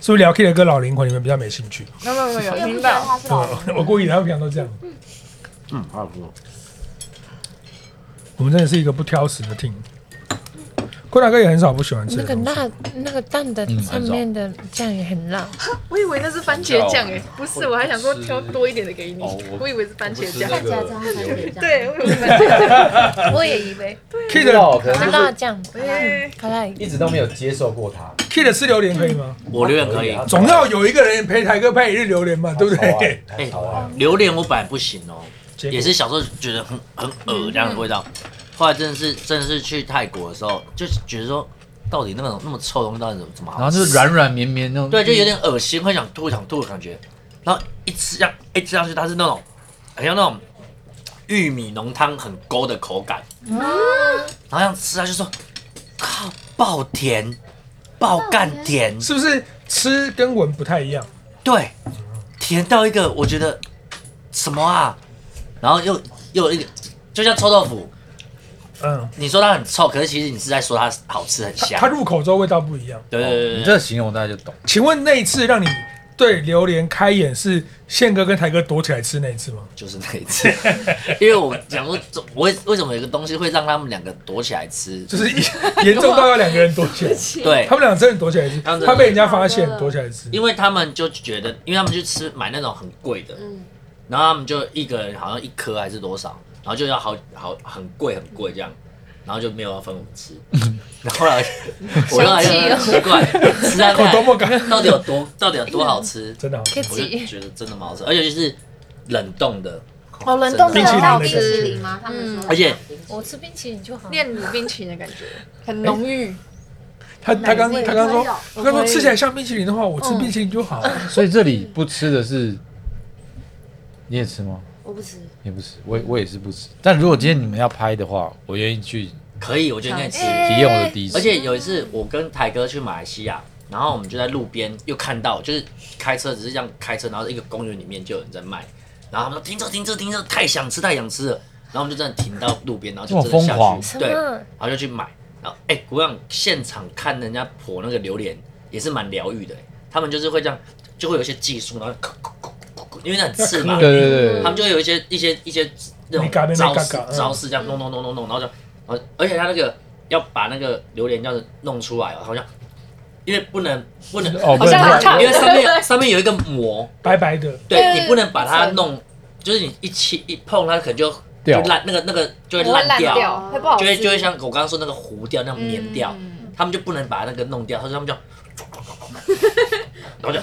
Speaker 1: 是不是聊 Kid 哥老灵魂，你们比较没兴趣？
Speaker 2: 没有没有没有，
Speaker 3: 因为
Speaker 2: 听
Speaker 3: 不觉得
Speaker 2: 到
Speaker 3: 他是老人。
Speaker 1: 我故意的，他们平常都这样。
Speaker 4: 嗯，好好吃哦。
Speaker 1: 我们真的是一个不挑食的 team。坤达哥也很少不喜欢吃
Speaker 6: 那
Speaker 1: 的
Speaker 6: 个
Speaker 1: 东西。
Speaker 6: 辣那个蛋的
Speaker 5: 嗯
Speaker 6: 上面的酱也很辣，
Speaker 2: 我以为那是番茄酱哎，不是，我还想说
Speaker 5: 是
Speaker 2: 挑多一点的给你
Speaker 5: 哦，我
Speaker 2: 我以为是番茄
Speaker 5: 那
Speaker 2: 酱
Speaker 5: 个。
Speaker 3: 看起
Speaker 4: 啊
Speaker 3: 来 这样番茄酱，
Speaker 2: 对，我以为是番茄酱。
Speaker 6: 我也以为
Speaker 1: Kid
Speaker 5: 知道，可能
Speaker 6: 是
Speaker 5: 就是
Speaker 6: 辣酱，嗯
Speaker 2: 哎
Speaker 6: 好辣。
Speaker 5: 一直都没有接受过它。
Speaker 1: Kid 吃榴莲可以吗？
Speaker 4: 我榴莲可以，
Speaker 1: 总要有一个人陪台哥拍一日榴莲嘛，对不对？
Speaker 5: 哎，好啊，
Speaker 4: 榴莲我本来不行哦，
Speaker 1: 结果
Speaker 4: 也是小时候觉得很很恶这样的味道，后来真的是真的是去泰国的时候，就是觉得说到底那种那么臭的东西到底怎么怎么
Speaker 5: 然后
Speaker 4: 好吃
Speaker 5: 就是软软绵绵那种，
Speaker 4: 对，就有点恶心，会想吐想吐的感觉。然后一吃下一吃上去，它是那种很像那种玉米浓汤很勾的口感，然后这样吃下去说，靠，爆甜，爆干甜，
Speaker 1: 是不是吃跟闻不太一样？
Speaker 4: 对，甜到一个我觉得什么啊，然后又又有一个就像臭豆腐，
Speaker 1: 嗯，
Speaker 4: 你说它很臭，可是其实你是在说它好吃很
Speaker 1: 它
Speaker 4: 香
Speaker 1: 它。嗯入口之后味道不一样。
Speaker 4: 对对对对
Speaker 5: 你
Speaker 4: 对
Speaker 5: 这个形容大家就懂。
Speaker 1: 请问那一次让你对榴莲开眼是宪哥跟台哥躲起来吃那一次吗？
Speaker 4: 就是那一次，因为我讲说，我为为什么有个东西会让他们两个躲起来吃？
Speaker 1: 就是严严重到要两个人躲起来，
Speaker 4: 对
Speaker 1: 他，们俩真的躲起来吃，
Speaker 4: 他们真的
Speaker 1: 他被人家发现躲起来吃。
Speaker 4: 因为他们就觉得，因为他们去吃买那种很贵的，
Speaker 3: 嗯，
Speaker 4: 然后他们就一个人好像一颗还是多少，然后就要好好很贵很贵这样，然后就没有要分我们 吃。然后后来我后来就
Speaker 6: 哦
Speaker 4: 很奇怪，吃到
Speaker 1: 口多么干
Speaker 4: 到底有多到底有多 好吃？
Speaker 1: 真的好吃
Speaker 6: 可以
Speaker 4: 我就
Speaker 6: 挤，
Speaker 4: 觉得真的蛮好吃，而且就是冷冻的，
Speaker 6: 哦冷冻的
Speaker 1: 冰淇淋那
Speaker 3: 到冰
Speaker 1: 个
Speaker 3: 淇淋吗？他们说，
Speaker 4: 而且
Speaker 6: 我吃冰淇淋就好。
Speaker 2: 炼乳冰淇淋的感觉很浓郁，
Speaker 1: 他他刚
Speaker 2: 奶味
Speaker 1: 他刚说，他
Speaker 2: 我可
Speaker 1: 刚
Speaker 2: 以
Speaker 1: 说吃起来像冰淇淋的话，我吃
Speaker 2: 嗯
Speaker 1: 冰淇淋就好。
Speaker 5: 所以这里不吃的是，你也吃吗？
Speaker 3: 我不吃，
Speaker 5: 也不吃，我我也是不吃。但如果今天你们要拍的话，我愿意去
Speaker 4: 可以，我觉得应该吃。
Speaker 6: 哎
Speaker 5: 体验我的第一次。
Speaker 4: 而且有一次我跟台哥去马来西亚，然后我们就在路边又看到，就是开车只是这样开车，然后一个公园里面就有人在卖，然后他们说停车停车停车，太想吃太想吃了，然后我们就真的停到路边，然后就真的
Speaker 5: 这么疯狂
Speaker 4: 下去，对，
Speaker 6: 什
Speaker 4: 然
Speaker 6: 么
Speaker 4: 后就去买，然后哎，我想现场看人家剖那个榴莲也是蛮疗愈的、他们就是会这样，就会有一些技术，然后咔咔咔咔咔因为那很刺嘛，
Speaker 5: 对对对
Speaker 4: 他
Speaker 5: 对
Speaker 4: 们就会有一些一些一些那
Speaker 1: 没嘎没
Speaker 4: 种
Speaker 1: 没
Speaker 4: 招式
Speaker 1: 嘎嘎嗯
Speaker 4: 招式这样弄弄弄弄弄，然后就，然后而且他那个要把那个榴莲这样子弄出来哦，好像因为不能不能，
Speaker 5: 哦不能
Speaker 4: 好像
Speaker 2: 乱
Speaker 4: 因为上面上面有一个膜，
Speaker 1: 白白的，
Speaker 4: 对你不能把它弄，就是你一切一碰它可能就就
Speaker 5: 掉
Speaker 4: 烂，那个那个就会
Speaker 2: 不会
Speaker 4: 烂
Speaker 2: 烂
Speaker 4: 掉，
Speaker 2: 掉，会不好
Speaker 4: 就会
Speaker 2: 吃。嗯
Speaker 4: 就会像我刚刚说那个糊掉那种粘掉，他们就不能把那个弄掉，他说他们就，然后就，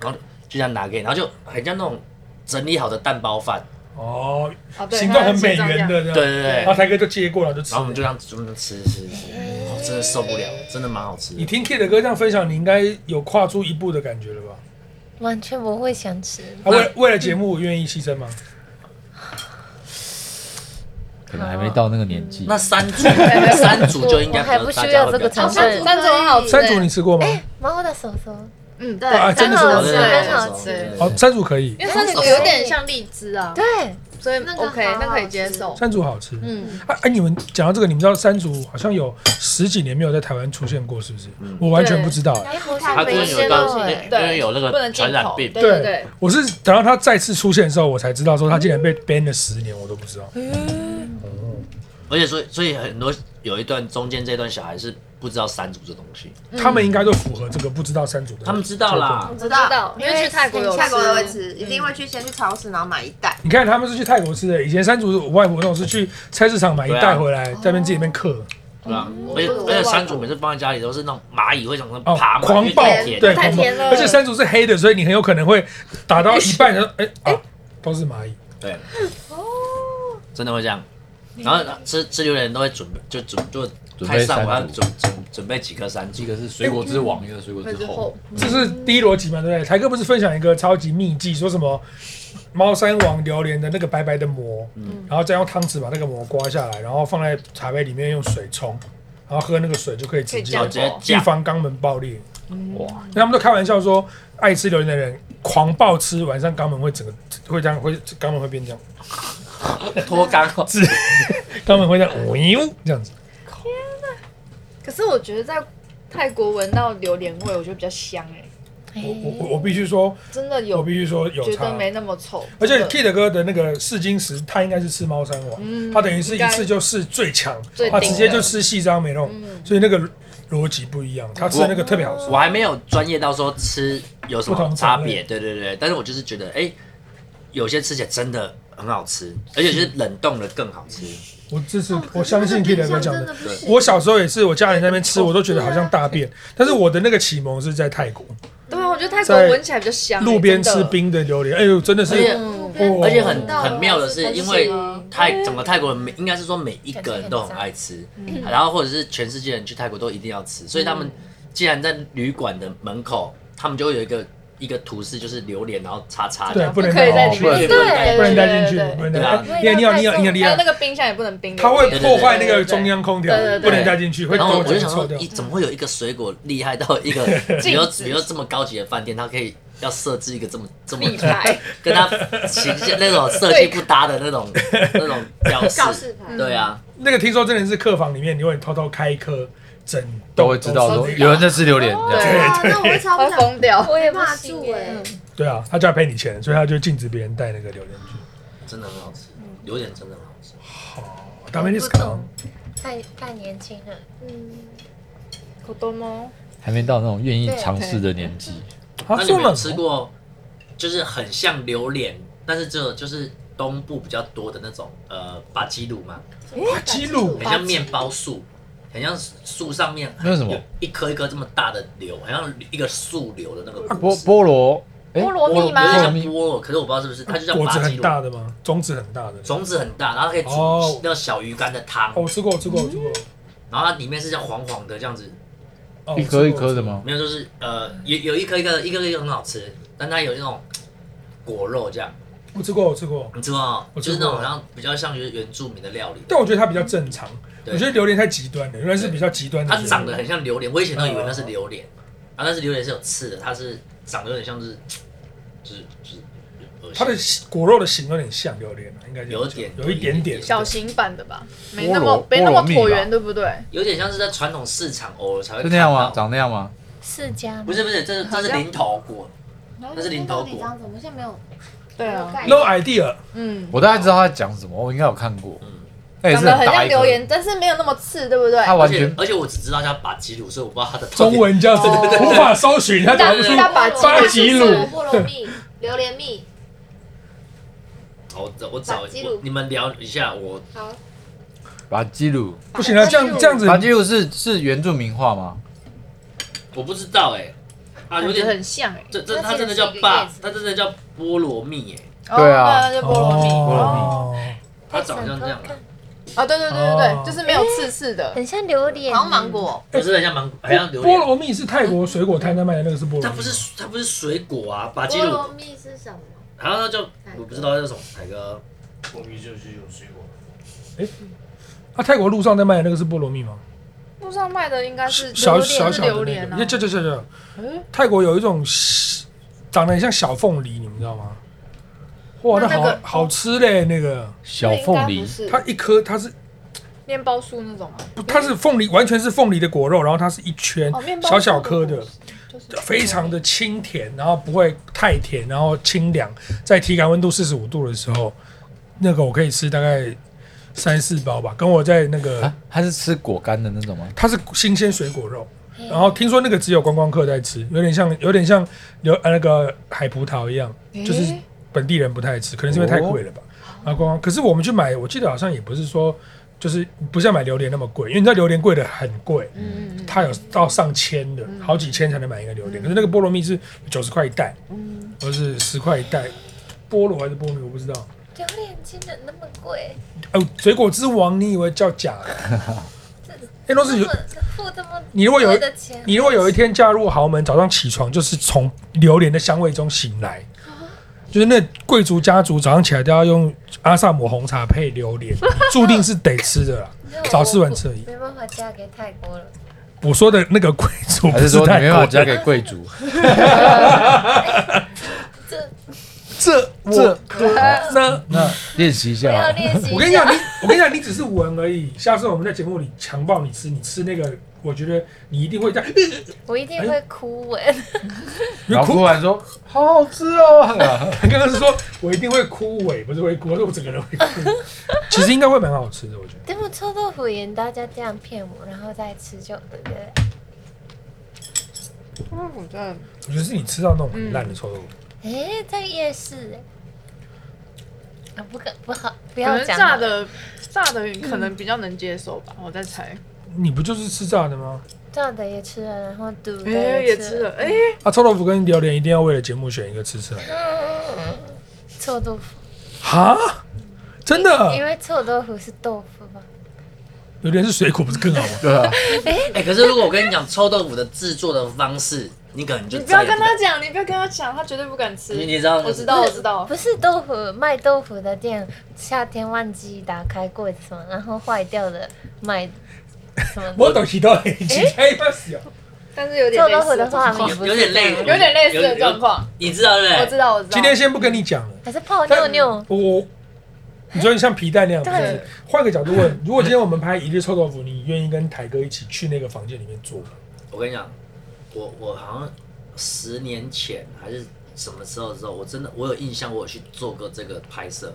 Speaker 4: 然后就这样拿给你，然后就很像那种整理好的蛋包饭。
Speaker 1: 哦，
Speaker 2: 哦对
Speaker 1: 形状很美
Speaker 2: 它的形
Speaker 1: 元
Speaker 2: 状这样
Speaker 1: 的，这样
Speaker 4: 对对对
Speaker 1: 然后台哥就接过来就吃
Speaker 4: 然后。我们就这样子就吃吃吃，
Speaker 6: 嗯
Speaker 4: 哦，真的受不了，真的蛮好吃
Speaker 1: 你
Speaker 4: 的。
Speaker 1: 听 Kid 的歌这样分享，你应该有跨出一步的感觉了吧？
Speaker 6: 完全不会想吃。
Speaker 1: 啊，为为了节目愿意牺牲吗？
Speaker 2: 嗯
Speaker 5: 可能还没到那个年纪。
Speaker 4: 那三 组，三组就应该
Speaker 6: 我还
Speaker 4: 比
Speaker 6: 不
Speaker 4: 较大
Speaker 6: 需
Speaker 4: 家
Speaker 6: 要
Speaker 4: 会
Speaker 6: 这个
Speaker 4: 比较
Speaker 6: 成
Speaker 3: 哦三
Speaker 6: 分
Speaker 3: 组。
Speaker 2: 三种好吃，
Speaker 1: 山竹你吃过吗？
Speaker 2: 哎
Speaker 6: 猫的手手，
Speaker 2: 嗯，
Speaker 3: 对
Speaker 1: 啊真的是
Speaker 2: 三
Speaker 1: 我
Speaker 2: 种好
Speaker 4: 哦对
Speaker 2: 吃
Speaker 4: 对对
Speaker 6: 很好吃
Speaker 4: 对对对
Speaker 1: 哦，山竹可以，
Speaker 2: 因为三种有点像荔枝啊，
Speaker 6: 对，
Speaker 2: 所以
Speaker 3: 那个
Speaker 2: OK
Speaker 3: 好
Speaker 2: 那可以接受。
Speaker 1: 山竹好吃。
Speaker 2: 嗯，
Speaker 1: 哎、哎，你们讲到这个，你们知道山竹好像有十几年没有在台湾出现过，是不是？
Speaker 4: 嗯
Speaker 1: 我完全不知道、哎，
Speaker 6: 哎，好
Speaker 4: 他
Speaker 6: 像
Speaker 4: 之
Speaker 6: 没
Speaker 4: 前有
Speaker 6: 吃
Speaker 4: 一
Speaker 6: 到
Speaker 4: 个，
Speaker 6: 哎，
Speaker 4: 因为有那
Speaker 2: 不能
Speaker 4: 个
Speaker 2: 进
Speaker 4: 传染
Speaker 2: 口
Speaker 4: 病
Speaker 2: 对，对对，
Speaker 1: 我是等到它再次出现的时候，我才知道说它竟然被 ban 了十年，我都不知
Speaker 2: 嗯
Speaker 1: 道。
Speaker 4: 而且所以所以很多有一段中间这段小孩是不知道三组这东西，
Speaker 1: 他们应该都符合这个不知道山竹的。
Speaker 4: 他们知道啦
Speaker 1: 状况。
Speaker 3: 我
Speaker 2: 知
Speaker 3: 知道，嗯
Speaker 2: 道，因为去泰国有
Speaker 3: 泰国都会吃，一定会去先去超市，然后买一袋。
Speaker 1: 你看，他们是去泰国吃的。以前山竹，我外婆那种是去菜市场买一
Speaker 4: 对
Speaker 1: 袋
Speaker 4: 啊
Speaker 1: 回来，在那边自己那边刻。
Speaker 4: 对吧？
Speaker 6: 嗯
Speaker 4: 而且
Speaker 3: 我
Speaker 4: 而且三组每次放在家里都是那种蚂蚁会从上
Speaker 1: 哦
Speaker 4: 爬，嘛，因
Speaker 1: 狂
Speaker 4: 为
Speaker 1: 暴
Speaker 4: 太甜，
Speaker 1: 对，
Speaker 2: 太
Speaker 1: 狂暴
Speaker 2: 甜了。
Speaker 1: 而且山竹是黑的，所以你很有可能会打到一半，然后哎啊，都是蚂蚁。
Speaker 4: 对，
Speaker 1: 哦
Speaker 4: 真的会这样。然后吃吃榴莲都会准备，就准就
Speaker 5: 准
Speaker 4: 太
Speaker 5: 备
Speaker 4: 上
Speaker 5: 三
Speaker 4: 我要
Speaker 5: 组
Speaker 4: 准准准备几颗山竹
Speaker 5: 一，个是水果之王，一个是水果之后，
Speaker 1: 这是第一逻辑嘛，对不对？台哥不是分享一个超级秘技，说什么猫山王榴莲的那个白白的膜，然后再用汤匙把那个膜刮下来，然后放在茶杯里面用水冲，然后喝那个水就可以直接
Speaker 4: 然后直接
Speaker 1: 预
Speaker 4: 夹。
Speaker 1: 防肛门爆裂。
Speaker 5: 哇，
Speaker 1: 他们都开玩笑说，爱吃榴莲的人狂暴吃，晚上肛门会整个会这样，会肛门会变这样，
Speaker 4: 脱肛后，
Speaker 1: 肛门会这样，呜这样子。
Speaker 2: 可是我觉得在泰国闻到榴莲味，我觉得比较香哎。
Speaker 1: 我我我我必须说，
Speaker 7: 真的
Speaker 1: 我
Speaker 7: 有
Speaker 1: 必须说有
Speaker 7: 觉
Speaker 1: 差
Speaker 7: 得。没那么臭，
Speaker 1: 而且
Speaker 7: 真的
Speaker 1: Kid 哥的那个试金石，他应该是吃猫山王，他等于是一次就试最强
Speaker 7: 嗯最，
Speaker 1: 他
Speaker 7: 顶
Speaker 1: 直接
Speaker 7: 的嗯
Speaker 1: 就吃细张没弄，所以那个逻辑不一样，他吃那个特别好
Speaker 7: 哦
Speaker 1: 吃
Speaker 4: 我。还没有专业到说吃有什
Speaker 1: 不同
Speaker 4: 么
Speaker 1: 种
Speaker 4: 差
Speaker 1: 类
Speaker 4: 别，对对对，但是我就是觉得，哎、有些吃起来真的很好吃，而且就是冷冻的更好吃。
Speaker 1: 我支
Speaker 7: 哦
Speaker 1: 持，我相信 Kid 哥讲
Speaker 2: 真的
Speaker 1: 的。
Speaker 2: 不行。
Speaker 1: 我小时候也是，我家人在那边吃，我都觉得好像大便。但是我的那个启蒙是在泰国，
Speaker 7: 对啊，我觉得泰国
Speaker 1: 在
Speaker 7: 闻起来比较香，欸
Speaker 1: 路边
Speaker 7: 真
Speaker 1: 吃
Speaker 7: 的，
Speaker 1: 冰的榴莲，哎呦，真的是
Speaker 4: 而且
Speaker 1: 哦
Speaker 4: 而且很很妙的是，因为
Speaker 6: 啊
Speaker 3: 嗯
Speaker 4: 泰整个泰国人每应该是说每一个人都很爱吃，然后或者是全世界人去泰国都一定要吃，所以他们既然在旅馆的门口，他们就会有一个一个图示，就是榴莲，然后叉叉
Speaker 1: 对，
Speaker 4: 的，
Speaker 1: 不能
Speaker 7: 可以在里
Speaker 1: 不能
Speaker 7: 面
Speaker 4: 对
Speaker 6: 对
Speaker 1: 不能带进去
Speaker 7: 对对，对
Speaker 1: 不能带
Speaker 4: 对啊
Speaker 1: 进去。哎你好，你好，你好，你
Speaker 7: 还
Speaker 1: 好
Speaker 7: 有那。个冰箱也不能冰的，
Speaker 1: 它会
Speaker 4: 对对
Speaker 1: 破坏那
Speaker 7: 对对对
Speaker 1: 个中央空调
Speaker 7: 对对，对
Speaker 1: 不能带进去，会
Speaker 4: 然后
Speaker 1: 都
Speaker 4: 我就想
Speaker 1: 臭
Speaker 4: 说
Speaker 1: 掉，。
Speaker 4: 一怎么会有一个水果厉害到 一个，比如比如这么高级的饭店，它可以要设置一个这么这么
Speaker 7: 立 牌，
Speaker 4: 跟它形象那种设计不搭的那 种那种标
Speaker 3: 告
Speaker 4: 识
Speaker 3: 示，牌
Speaker 4: 对啊，
Speaker 1: 那个听说真的是客房里面，你会偷偷开一颗，整
Speaker 5: 都会知道
Speaker 1: 都
Speaker 5: 说
Speaker 1: 是
Speaker 5: 有人在吃榴莲，这样
Speaker 7: 对
Speaker 3: 哇啊那我会
Speaker 7: 它
Speaker 3: 超不
Speaker 7: 会
Speaker 3: 想
Speaker 7: 疯掉。
Speaker 6: 我也不
Speaker 3: 骂
Speaker 6: 行
Speaker 3: 住
Speaker 6: 哎
Speaker 3: 哎，，
Speaker 1: 对啊，他就要赔你钱，所以他就禁止别人带那个榴莲
Speaker 4: 嗯
Speaker 1: 去。
Speaker 4: 真的很好吃，榴莲真的很好吃。
Speaker 1: ダメです
Speaker 4: 哦
Speaker 1: か？
Speaker 6: 太太年轻了。
Speaker 7: 口多吗？
Speaker 5: 还没到那种愿意尝试的年纪。
Speaker 1: 啊
Speaker 4: 那你们有
Speaker 1: 了
Speaker 4: 吃过，就是很像榴莲，但是这就是东部比较多的那种呃巴基鲁嘛，
Speaker 1: 哇鸡乳
Speaker 4: 很像面包树，很像树上面
Speaker 5: 那是什么
Speaker 4: 有一颗一颗这么大的瘤，好像一个树瘤的那个
Speaker 1: 啊
Speaker 5: 菠菠萝，哎
Speaker 7: 菠萝蜜
Speaker 4: 有
Speaker 7: 吗
Speaker 4: 点
Speaker 5: 菠？
Speaker 4: 像菠萝，可是我不知道是不是，它就叫
Speaker 1: 果子
Speaker 4: 巴基
Speaker 1: 很
Speaker 4: 鲁，
Speaker 1: 大的吗？种子很大的。
Speaker 4: 种子很大，然后它可以
Speaker 1: 哦
Speaker 4: 煮那个小鱼干的汤
Speaker 1: 哦，，我吃过，我吃过，我吃过。
Speaker 4: 然后它里面是像黄黄的这样子，
Speaker 1: 哦
Speaker 5: 一颗一颗的？吗？
Speaker 4: 没有就是呃有有一颗一颗一颗一颗很好吃，但它有那种果肉这样。
Speaker 1: 我吃过我吃过，我吃过。
Speaker 4: 你知道吗？
Speaker 1: 我
Speaker 4: 就
Speaker 1: 吃
Speaker 4: 是那种
Speaker 1: 过
Speaker 4: 好像比较像原原住民的料理，
Speaker 1: 但我觉得它比较正常。
Speaker 4: 对
Speaker 1: 我觉得榴莲太极端了，榴莲是比较极端的
Speaker 4: 它
Speaker 1: 水果。
Speaker 4: 长得很像榴莲，我以前
Speaker 1: 嗯
Speaker 4: 都以为那是榴莲，啊，但是榴莲是有刺的，它是长得有点像是，就是就是恶心
Speaker 1: 它的果肉的形有点像榴莲，啊应该是
Speaker 4: 有点
Speaker 1: 有一点点。
Speaker 7: 小型版的吧，没
Speaker 5: 菠
Speaker 7: 那
Speaker 5: 萝
Speaker 7: 么没那么
Speaker 5: 菠萝蜜吧
Speaker 7: 椭圆，对不对？
Speaker 4: 有点像是在传统市场偶尔才会
Speaker 5: 是那样吗？
Speaker 1: 啊
Speaker 4: 看到
Speaker 5: 长那样吗？
Speaker 6: 世家
Speaker 4: 不是不是，这是这是零头果，那是零头果
Speaker 3: 长怎么现在没有？
Speaker 7: 对啊，
Speaker 3: 没有概
Speaker 1: No
Speaker 3: 念
Speaker 1: idea，
Speaker 7: 嗯，
Speaker 5: 我大概知道他在讲什么，我应该有看过。
Speaker 4: 嗯
Speaker 5: 那也
Speaker 7: 长
Speaker 5: 是
Speaker 7: 得很
Speaker 5: 大
Speaker 7: 像
Speaker 5: 一颗
Speaker 7: 榴，莲，但是没有那么刺，对不对？
Speaker 5: 他
Speaker 4: 而
Speaker 5: 完
Speaker 4: 且
Speaker 5: 全
Speaker 4: 而且我只知道叫把吉鲁，所以我不知道它的
Speaker 1: 中文叫什么？无法搜寻，它找不出
Speaker 4: 对对
Speaker 7: 大 把
Speaker 1: 巴
Speaker 7: 鸡
Speaker 1: 吉鲁。
Speaker 3: 菠萝蜜、榴莲蜜，
Speaker 4: 好，我找我找
Speaker 3: 巴基鲁
Speaker 4: 我你们聊一下，我
Speaker 3: 好，
Speaker 5: 把基鲁，
Speaker 1: 不行啊，这样这样子
Speaker 5: 把基鲁是是原住民话吗？
Speaker 4: 我不知道哎，啊，
Speaker 7: 感
Speaker 4: 有
Speaker 7: 觉
Speaker 4: 点
Speaker 7: 很像哎。
Speaker 4: 这这它真
Speaker 6: 它
Speaker 4: 的叫
Speaker 6: 其实是一个
Speaker 4: 霸
Speaker 6: 叶子，
Speaker 4: 它真的叫菠萝蜜哎，
Speaker 5: 对啊
Speaker 7: 哦那就菠萝蜜
Speaker 5: 菠萝蜜
Speaker 1: 哦
Speaker 4: 它长得像这样啊。
Speaker 1: 哎
Speaker 7: 啊，对对对对
Speaker 1: 哦
Speaker 7: 对，就是没有刺刺的。
Speaker 6: 很像榴莲，
Speaker 3: 好像芒果，
Speaker 4: 不是很像芒果，很像榴
Speaker 1: 菠
Speaker 4: 莲。
Speaker 1: 萝蜜是泰国水果摊在卖的那个是菠萝蜜吗，
Speaker 4: 它不是它不是水果啊，巴基
Speaker 3: 菠
Speaker 4: 鲁，
Speaker 3: 萝蜜是什么？
Speaker 4: 然后它叫
Speaker 3: 哪个
Speaker 4: 我不知道它叫什么，哪个
Speaker 8: 我们就是有水果，
Speaker 1: 啊，泰国路上在卖的那个是菠萝蜜吗？
Speaker 7: 路上卖的应该是
Speaker 1: 小
Speaker 7: 榴莲
Speaker 1: 小
Speaker 7: 是
Speaker 1: 小
Speaker 7: 榴
Speaker 1: 的
Speaker 7: 莲
Speaker 1: 那
Speaker 7: 啊
Speaker 1: 个，，这这这这
Speaker 7: 嗯，
Speaker 1: 泰国有一种西长得很像小凤梨，你们知道吗？哇，
Speaker 7: 那
Speaker 1: 那
Speaker 7: 那
Speaker 1: 好
Speaker 7: 个
Speaker 1: 好吃嘞！那个
Speaker 5: 小
Speaker 7: 那
Speaker 5: 凤
Speaker 7: 应该不
Speaker 5: 梨，
Speaker 7: 是
Speaker 1: 它一颗，它是
Speaker 7: 面包树那种吗？啊
Speaker 1: 不它是凤梨，完全是凤梨的果肉，然后它是一圈
Speaker 7: 哦，面包
Speaker 1: 小小颗的
Speaker 7: 树，就是
Speaker 1: 非常的清甜，然后不会太甜，然后清凉，在体感温度四十五度的时候，那个我可以吃大概三四包吧，跟我在那个
Speaker 5: 啊，他是吃果干的那种吗？
Speaker 1: 它是新鲜水果肉，然后听说那个只有观光客在吃，有点像有点像流呃那个海葡萄一样，就是
Speaker 7: 诶哦
Speaker 1: 本地人不太吃，可能是因为太贵了吧。啊，观光，可是我们去买，我记得好像也不是说就是不像买榴莲那么贵，因为你知道榴莲贵的很贵，
Speaker 7: 嗯，
Speaker 1: 它有到上千的，好几千才能买一个榴莲。可是那个菠萝蜜是九十块一袋，
Speaker 7: 嗯
Speaker 1: 或是十块一袋，菠萝还是菠萝蜜我不知道。
Speaker 6: 榴莲真的那么贵？
Speaker 1: 哦，水果之王，你以为叫假的？ 哎，都
Speaker 6: 这
Speaker 1: 是有
Speaker 6: 么付这么
Speaker 1: 你如果有
Speaker 6: 多的钱，
Speaker 1: 你如果有一天嫁入豪门，早上起床就是从榴莲的香味中醒来，就是那贵族家族早上起来都要用阿萨姆红茶配榴 莲，注定是得吃的啦。
Speaker 6: 那我
Speaker 1: 早吃晚吃而已
Speaker 6: 没办法嫁给泰国了。
Speaker 1: 我说的那个贵族
Speaker 5: 还
Speaker 1: 不
Speaker 5: 是说 你
Speaker 1: 泰
Speaker 5: 没办
Speaker 1: 国
Speaker 5: 法嫁
Speaker 1: 的，
Speaker 5: 给贵族？
Speaker 6: 这
Speaker 1: 这
Speaker 5: 这
Speaker 1: 我 可呢？
Speaker 5: 那练习一
Speaker 6: 我要
Speaker 5: 下，
Speaker 6: 练习
Speaker 1: 啊我跟
Speaker 6: 一
Speaker 1: 你讲，
Speaker 6: 下。
Speaker 1: 你我跟你讲，你只是闻而已。下次我们在节目里强暴你吃，你吃那个，我觉得你一定会这样，
Speaker 6: 我一定会哭吻，
Speaker 1: 哎你
Speaker 5: 然后哭
Speaker 1: 哭。
Speaker 5: 完说好好吃 哦，
Speaker 1: 他刚刚是说我一定会枯萎，不是会哭，我说我整个人 会哭。其实应该会蛮好吃的，我觉得。
Speaker 6: 对不？臭豆腐也大家这样骗我，然后再吃就对不对？
Speaker 7: 因为我真的
Speaker 1: 我觉得是你吃到那种很烂的臭豆腐，
Speaker 6: 哎，在夜市哎，啊不敢不好，不
Speaker 7: 可
Speaker 6: 要
Speaker 7: 能
Speaker 6: 讲
Speaker 7: 炸
Speaker 6: 了
Speaker 7: 的炸的可能比较能接受吧，我在猜。
Speaker 1: 你不就是吃炸的吗？
Speaker 6: 炸的也吃了，然后肚的
Speaker 7: 哎，也吃
Speaker 6: 吃
Speaker 7: 了，，哎，
Speaker 1: 啊，臭豆腐跟榴莲一定要为了节目选一个吃吃来。
Speaker 6: 臭豆腐，
Speaker 1: 哈，真
Speaker 6: 因
Speaker 1: 的，
Speaker 6: 为臭豆腐是豆腐嘛。
Speaker 1: 榴莲是水果，不是更好吗？
Speaker 5: 对啊，
Speaker 4: 哎、可是如果我跟你讲臭豆腐的制作的方式，你可能就
Speaker 7: 你不
Speaker 4: 再
Speaker 7: 要
Speaker 4: 也
Speaker 7: 跟
Speaker 4: 不
Speaker 7: 他
Speaker 4: 敢
Speaker 7: 讲，你不要跟他讲，他绝对不敢吃。
Speaker 4: 你你知道
Speaker 7: 我知道，我知道。
Speaker 6: 哦不是豆腐卖豆腐的店，夏天旺季打开柜子嘛，然后坏掉的卖 什么
Speaker 1: 我都提到已经开始了。
Speaker 7: 但是有点
Speaker 6: 臭
Speaker 7: 类
Speaker 6: 豆腐
Speaker 7: 似
Speaker 6: 的话，你不
Speaker 4: 有点类
Speaker 7: 有点类似的状，况。
Speaker 4: 你知道对不对？
Speaker 7: 我知道，我知道。
Speaker 1: 今天先不跟你讲了，
Speaker 6: 还是泡妞妞，
Speaker 7: 嗯
Speaker 1: 我。你说你像皮蛋那样，不是
Speaker 6: 对？
Speaker 1: 换个角度问，如果今天我们拍一日臭豆腐，你愿意跟台哥一起去那个房间里面做吗？
Speaker 4: 我跟你讲，我我好像十年前还是什么时候的时候，我真的我有印象，我有去做过这个拍摄，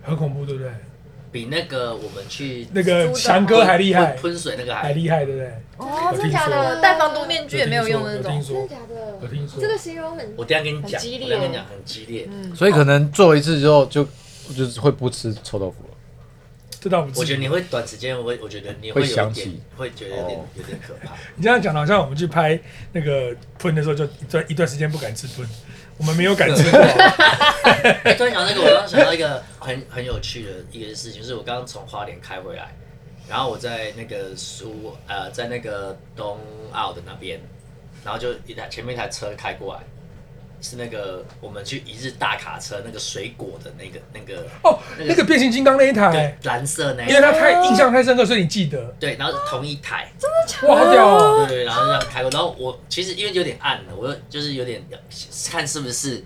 Speaker 1: 很恐怖，对不对？
Speaker 4: 比那个我们去
Speaker 1: 那个翔哥还厉害
Speaker 4: 喷，喷水那个
Speaker 1: 还
Speaker 4: 还
Speaker 1: 厉害，对不对？
Speaker 7: 哦，
Speaker 1: 有
Speaker 7: 真假
Speaker 1: 听
Speaker 7: 的？
Speaker 3: 说
Speaker 7: 戴防毒面具也没有用的那
Speaker 1: 有
Speaker 7: 种
Speaker 1: 听。
Speaker 3: 真的
Speaker 1: 说，
Speaker 3: 假的
Speaker 1: 有？听说，
Speaker 3: 这个形容很
Speaker 4: 我等一下跟你讲，
Speaker 7: 很激
Speaker 4: 我
Speaker 7: 烈
Speaker 4: 等一下跟你讲很激烈。
Speaker 5: 所以可能做一次之后就就是会不吃臭豆腐了。
Speaker 1: 这倒不
Speaker 4: 我
Speaker 1: 至
Speaker 4: 觉
Speaker 1: 于
Speaker 4: 得。你会短时间，我会我觉得你会有
Speaker 5: 会
Speaker 4: 一
Speaker 5: 想
Speaker 4: 点
Speaker 5: 起
Speaker 4: 会觉得有点
Speaker 5: 哦
Speaker 4: 有点可怕。
Speaker 1: 你这样讲，好像我们去拍那个吞的时候，就一段一段时间不敢吃吞，我们没有敢吃过。
Speaker 4: 哎， 突然想到那个，我刚刚想到一个很很有趣的一个事情，就是我刚刚从花莲开回来，然后我在那个苏呃，在那个东澳的那边，然后就一台前面一台车开过来，是那个我们去一日大卡车那个水果的那个那个
Speaker 1: 哦，那个变形金刚那一
Speaker 4: 对
Speaker 5: 哎
Speaker 1: 台，
Speaker 4: 蓝色那一
Speaker 1: 因为它
Speaker 4: 台，
Speaker 1: 太印象太深刻，所以你记得。
Speaker 4: 对，然后是同一台，
Speaker 1: 哇，好屌哦！
Speaker 4: 对，然后这样开过，然后我其实因为有点暗了，我就是有点看是不是，因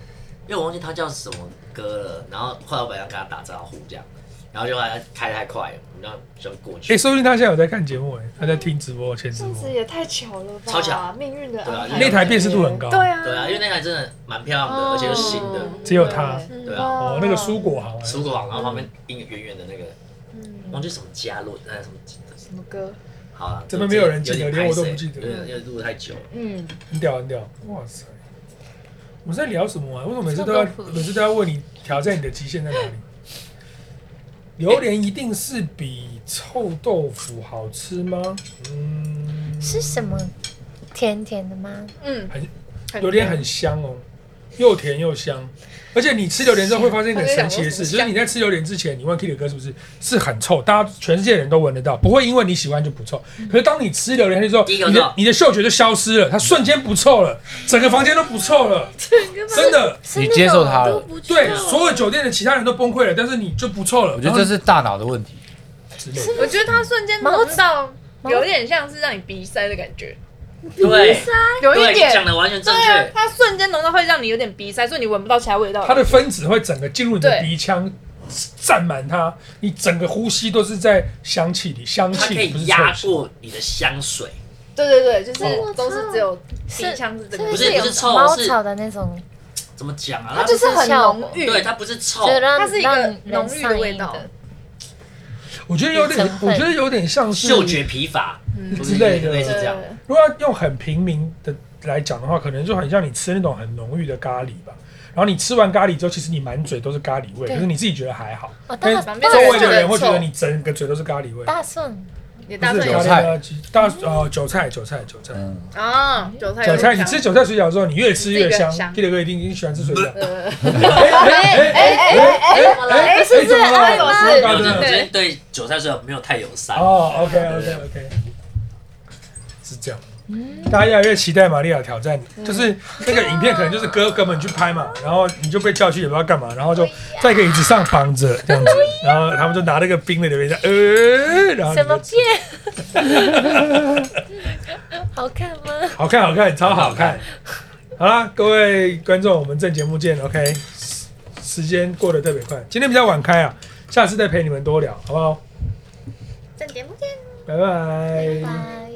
Speaker 4: 为我忘记他叫什么歌了，然后后来我本来要跟他打招呼这样，然后就他开太快了，然后就过去
Speaker 1: 哎，。说不定他现在有在看节目，哎，他在听直播，前直
Speaker 7: 这样
Speaker 1: 播
Speaker 7: 子。也太巧了吧！
Speaker 4: 超巧
Speaker 7: 命运的
Speaker 4: 对啊
Speaker 7: 安排。
Speaker 1: 那台辨识度很高，
Speaker 7: 对，啊，
Speaker 4: 对啊，因为那台真的蛮漂亮的，而且又新的，
Speaker 1: 只有他。
Speaker 7: 嗯
Speaker 4: 对啊，
Speaker 1: 哦，那个蔬果行，
Speaker 4: 蔬果网，啊然后旁边印个圆圆的那个，忘记什么加洛，呃，什么
Speaker 7: 嗯什么歌？
Speaker 4: 好了，
Speaker 1: 怎么没有人记得
Speaker 4: 有点
Speaker 1: 连我都
Speaker 4: 拍谁
Speaker 1: 不记得
Speaker 4: 对，因为录得太久了。
Speaker 7: 嗯，
Speaker 1: 很屌很屌，哇塞！我们在聊什么啊？为什么每次都要
Speaker 6: 臭豆腐
Speaker 1: 每次都要问你挑战你的极限在哪里？榴莲一定是比臭豆腐好吃吗？嗯，
Speaker 6: 是什么？甜甜的吗？
Speaker 7: 嗯，
Speaker 1: 很
Speaker 7: 很
Speaker 1: 榴莲很香哦，又甜又香。而且你吃榴莲之后会发现一个很神奇的事，就是你在吃榴莲之前，你闻 Kitty 的歌是不是是很臭？大家全世界人都闻得到，不会因为你喜欢就不臭。可是当你吃榴莲的时候，
Speaker 4: 第一个
Speaker 1: 你
Speaker 4: 臭
Speaker 1: 的你的嗅觉就消失了，它瞬间不臭 了，整个房间都不臭了，啊真的。
Speaker 6: 是
Speaker 5: 你
Speaker 6: 那
Speaker 5: 接受它
Speaker 6: 种
Speaker 5: 了，
Speaker 1: 对，所有酒店的其他人都崩溃了，但是你就不臭了。
Speaker 5: 我觉得这是大脑的问题。
Speaker 1: 之类的。
Speaker 7: 我觉得他瞬间
Speaker 6: 毛
Speaker 7: 萌到有点像是让你鼻塞的感觉，
Speaker 4: 对，
Speaker 7: 有一
Speaker 4: 对，讲
Speaker 7: 点。
Speaker 4: 的完全正
Speaker 7: 对啊
Speaker 4: 确，。
Speaker 7: 它瞬间浓到会让你有点鼻塞，所以你闻不到其他味道。
Speaker 1: 它的分子会整个进入你的
Speaker 7: 对
Speaker 1: 鼻腔，占满它，你整个呼吸都是在香气里，香
Speaker 4: 它
Speaker 1: 气
Speaker 4: 可
Speaker 1: 里不
Speaker 4: 以
Speaker 1: 是
Speaker 4: 压
Speaker 1: 臭气。
Speaker 4: 过你的香水，
Speaker 7: 对对对，就是都是只有鼻
Speaker 6: 是
Speaker 7: 腔是这个，
Speaker 4: 不是不是臭
Speaker 6: 猫
Speaker 4: 是
Speaker 6: 草的那种，
Speaker 4: 怎么讲啊？
Speaker 7: 它就是很浓郁，
Speaker 4: 对，它不是臭
Speaker 6: 就，是让
Speaker 7: 它是一个
Speaker 6: 让人
Speaker 7: 浓郁的
Speaker 6: 上瘾
Speaker 7: 味道
Speaker 1: 我觉得有点
Speaker 6: 成，分
Speaker 1: 我觉得有点像是
Speaker 4: 嗅觉疲乏
Speaker 7: 嗯
Speaker 1: 之类的
Speaker 4: 类似
Speaker 7: 对
Speaker 4: 这样。
Speaker 1: 如果要用很平民的来讲的话，可能就很像你吃那种很浓郁的咖喱吧。然后你吃完咖喱之后，其实你满嘴都是咖喱味，
Speaker 6: 对
Speaker 1: 可是你自己觉得还好，
Speaker 6: 哦，
Speaker 1: 但
Speaker 6: 大
Speaker 1: 是
Speaker 7: 旁边
Speaker 1: 周
Speaker 7: 的
Speaker 1: 围
Speaker 7: 人觉
Speaker 1: 的
Speaker 7: 得
Speaker 1: 人会觉得
Speaker 7: 臭
Speaker 1: 你整个嘴都是咖喱味。
Speaker 6: 大蒜
Speaker 7: 也
Speaker 1: 不
Speaker 7: 大
Speaker 1: 是
Speaker 7: 蒜
Speaker 1: 韭
Speaker 7: 有
Speaker 1: 菜，大呃韭菜，韭菜，韭菜，
Speaker 5: 嗯，
Speaker 7: 啊，韭菜有
Speaker 1: 韭菜。你
Speaker 7: 香
Speaker 1: 吃韭菜水饺的时候，你越吃越香
Speaker 7: 你自己越。香
Speaker 1: Peter 哥一定一定喜欢吃水饺。
Speaker 7: 呃，
Speaker 1: 哎哎哎哎哎，是不是？哎，
Speaker 7: 怎么了
Speaker 1: 是
Speaker 4: 没有我
Speaker 1: 不是
Speaker 4: 觉得我
Speaker 7: 对
Speaker 4: 觉得对韭菜水没有太友善。
Speaker 1: 哦，OK OK OK，是这样。大家越来越期待玛利亚挑战，就是那个影片可能就是哥哥们去拍嘛，然后你就被叫去也不知道干嘛，然后就在一个椅子上绑着这样子，然后他们就拿那个冰的留言在，呃，然后你
Speaker 6: 什么
Speaker 1: 就
Speaker 6: 变？ 好看吗？
Speaker 1: 好看好看，超好看。好啦，各位观众，我们正节目见，OK。时间过得特别快，今天比较晚开啊，下次再陪你们多聊，好不好？
Speaker 2: 正点不见。
Speaker 1: 拜拜
Speaker 6: 拜。